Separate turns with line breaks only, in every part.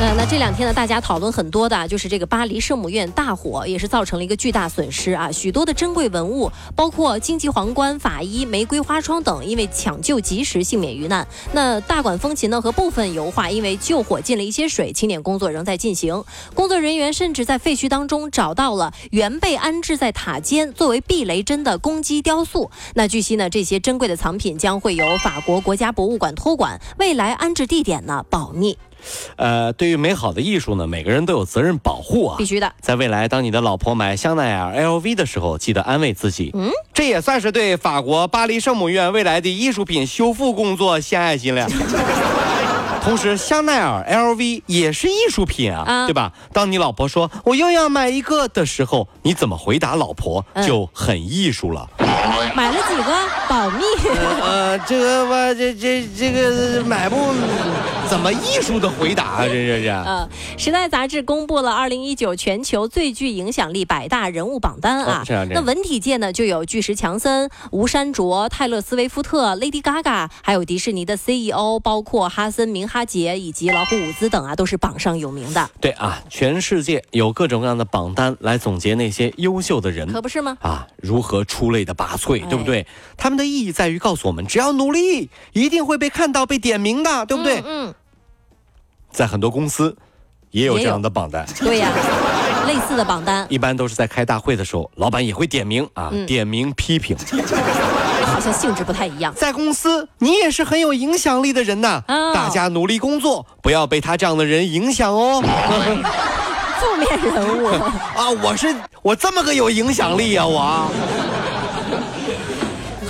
呃，那这两天呢，大家讨论很多的啊，就是这个巴黎圣母院大火，也是造成了一个巨大损失啊，许多的珍贵文物，包括荆棘皇冠、法衣、玫瑰花窗等，因为抢救及时幸免于难。那大馆风琴呢和部分油画，因为救火进了一些水，清点工作仍在进行。工作人员甚至在废墟当中找到了原被安置在塔尖作为避雷针的公鸡雕塑。那据悉呢，这些珍贵的藏品将会由法国国家博物馆托管，未来安置地点呢保密，
呃，对于美好的艺术呢，每个人都有责任保护啊
必。须的。
在未来，当你的老婆买香奈儿、LV 的时候，记得安慰自己，嗯，这也算是对法国巴黎圣母院未来的艺术品修复工作献爱心了 呀。同时，香奈儿、LV 也是艺术品啊，
啊
对吧？当你老婆说“我又要买一个”的时候，你怎么回答老婆
嗯
就很艺术了。
买了几个？保密。
呃，这个吧，这这这个买不，怎么艺术的回答 啊？这这这。
呃，《时代》杂志公布了二零一九全球最具影响力百大人物榜单啊。
哦这样这
那
样
文体界呢，就有巨石强森、吴珊卓、泰勒·斯威夫特、Lady Gaga，还有迪士尼的 CEO，包括哈森·明哈杰以及老虎伍兹等啊，都是榜上有名的，
对啊，全世界有各种各样的榜单来总结那些优秀的人
可不是吗？
啊，如何出类的拔萃，对
哎
不对？他们的意义在于告诉我们，只要努力，一定会被看到、被点名的，对不对？
嗯，嗯
在很多公司也有
也
这
有
样的榜单，
对呀、类似的榜单
一般都是在开大会的时候，老板也会点名啊，
嗯
点名批评。
好像性质不太一 样。
在公司，你也是很有影响力的人呐，
哦
大家努力工作，不要被他这样的人影响哦。
负面人物。
啊，我是我这么个有影响力啊，我啊。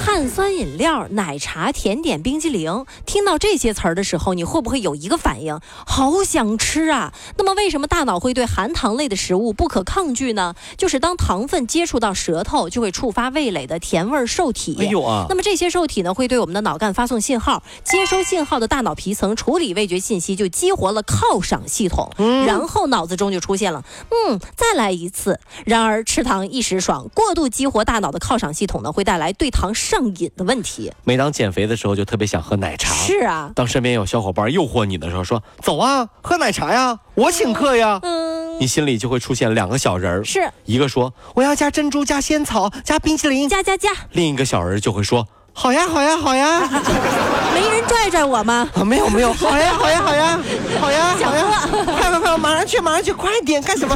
碳酸饮料、奶茶、甜点、冰激凌，听到这些词儿的时候，你会不会有一个反应？好想吃啊！那么，为什么大脑会对含糖类的食物不可抗拒呢？就是当糖分接触到舌头，就会触发味蕾的甜味儿受体。
哎呦啊
那么这些受体呢，会对我们的脑干发送信号，接收信号的大脑皮层处理味觉信息，就激活了犒赏系统，然后脑子中就出现了嗯，再来一次。然而吃糖一时爽，过度激活大脑的犒赏系统呢，会带来对糖上瘾的问题。
每当减肥的时候，就特别想喝奶茶。
是啊，
当身边有小伙伴诱惑你的时候，说“走啊，喝奶茶呀，我请客呀”，
嗯，
你心里就会出现两个小人儿，
是
一个说“我要加珍珠、加仙草、加冰淇淋
加加加，”，
另一个小人儿就会说“好呀，好呀，好呀，
没人拽拽我吗？
啊，没有 没有，好呀，好呀，好呀，好呀，好呀
想，
快快快，马上去，马上去，快点，干什 么？”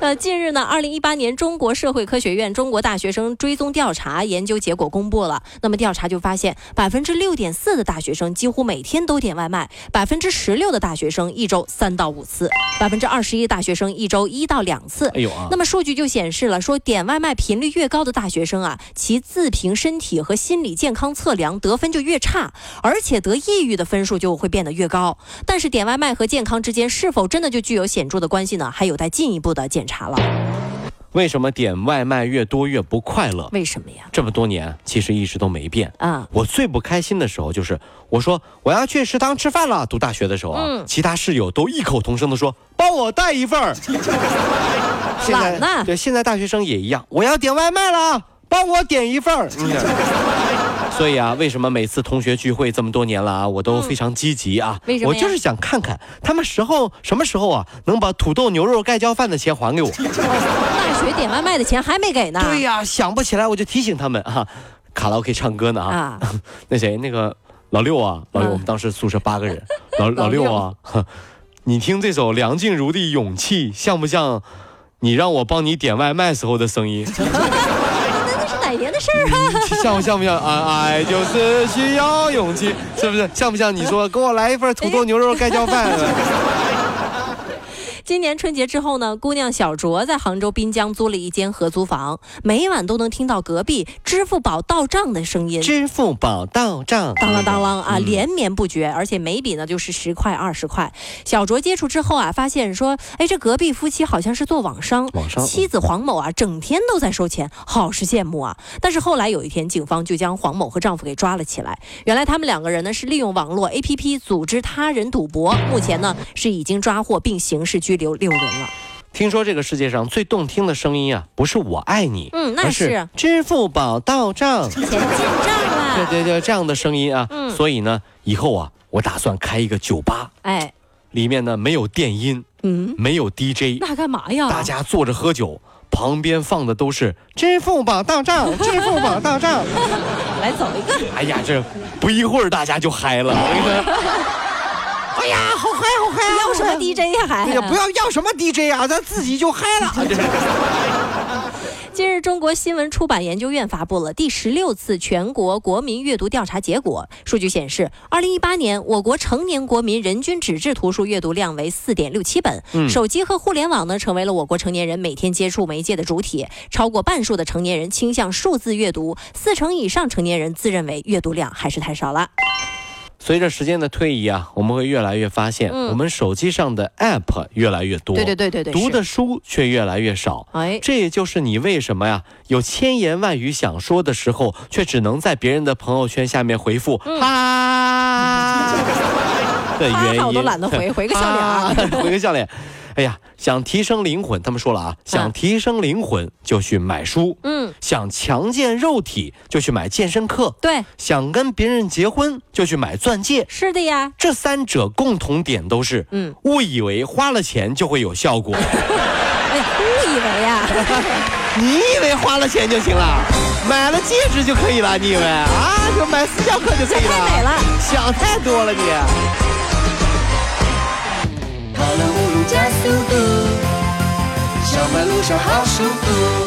呃，近日呢，二零一八年中国社会科学院中国大学生追踪调查研究结果公布了。那么调查就发现，百分之六点四的大学生几乎每天都点外卖，百分之十六的大学生一周三到五次，百分之二十一大学生一周一到两次。
哎呦啊
那！么数据就显示了，说点外卖频率越高的大学生啊，其自评身体和心理健康测量得分就越差，而且得抑郁的分数就会变得越高。但是点外卖和健康之间是否真的就具有显著的关系呢？还有待进一步的检查了。
为什么点外卖越多越不快乐？
为什么呀？
这么多年，其实一直都没变。
啊，
我最不开心的时候就是我说我要去食堂吃饭了。读大学的时候啊，
嗯
其他室友都异口同声的说帮我带一份儿。现在
懒呐
对，现在大学生也一样，我要点外卖了，帮我点一份儿。 所以啊，为什么每次同学聚会这么多年了啊，我都非常积极啊？
为什么
我
呀
就是想看看他们时候什么时候啊，能把土豆牛肉盖浇饭的钱还给我。
大学点外卖的钱还没给呢。
对呀、想不起来我就提醒他们啊，卡拉 OK 唱歌呢啊。
啊，
那谁，那个老六啊，老六，
嗯
我们当时宿舍八个人， 老
老
老六啊，哼你听这首梁静茹的《勇气》，像不像你让我帮你点外卖时候的声音？
那那是哪年的事
嗯
儿啊？
像不像不像？啊，爱就是需要勇气，
嗯
呃是不是？像不像你说给我来一份土豆牛肉盖浇饭？
今年春节之后呢，姑娘小卓在杭州滨江租了一间合租房，每晚都能听到隔壁支付宝到账的声音。
支付宝到账，
当啷当啷啊，
嗯
连绵不绝，而且每笔呢就是十块二十块。小卓接触之后啊，发现说，哎，这隔壁夫妻好像是做网商，
网商
妻子黄某啊，整天都在收钱，好是羡慕啊。但是后来有一天，警方就将黄某和丈夫给抓了起来。原来他们两个人呢是利用网络 APP 组织他人赌博，目前呢是已经抓获并刑事拘留六人了。
听说这个世界上最动听的声音啊，不是我爱你，
嗯那
而
是
支付宝到账。
钱进账了，
对对对，这样的声音啊，
嗯
所以呢，以后啊，我打算开一个酒吧，
哎，
里面呢没有电音，
嗯，
没有 DJ，
那干嘛呀？
大家坐着喝酒，旁边放的都是支付宝到账，支付宝到账。
来走一个，
哎呀，这不一会儿大家就嗨了。我跟你说哎呀，好嗨好嗨啊！
要什么 DJ 呀还？
哎呀，不要要什么 DJ 啊，咱自己就嗨了。这
近日，中国新闻出版研究院发布了第十六次全国国民阅读调查结果。数据显示，二零一八年我国成年国民人均纸质图书阅读量为四点六七本，手机和互联网呢成为了我国成年人每天接触媒介的主体。超过半数的成年人倾向数字阅读，四成以上成年人自认为阅读量还是太少了。
随着时间的推移啊，我们会越来越发现，
嗯
我们手机上的 App 越来越多，
对对对对对，
读
是
的书却越来越少。
哎，
这也就是你为什么呀，有千言万语想说的时候，却只能在别人的朋友圈下面回复“
嗯
哈” 的原因。
啊我都懒得回回个笑脸儿
啊， 回个笑脸。哎呀，想提升灵魂，他们说了啊，想提升灵魂就去买书，
嗯，
想强健肉体就去买健身课，
对，
想跟别人结婚就去买钻戒。
是的呀，
这三者共同点都是，
嗯，
误以为花了钱就会有效果，
哎，误以为啊呀、
你以为花了钱就行了，买了戒指就可以了，你以为啊？就买私教课就可以
想
了，
太美了。
想太多了你。
跑了五路加速度，上班路上好舒服。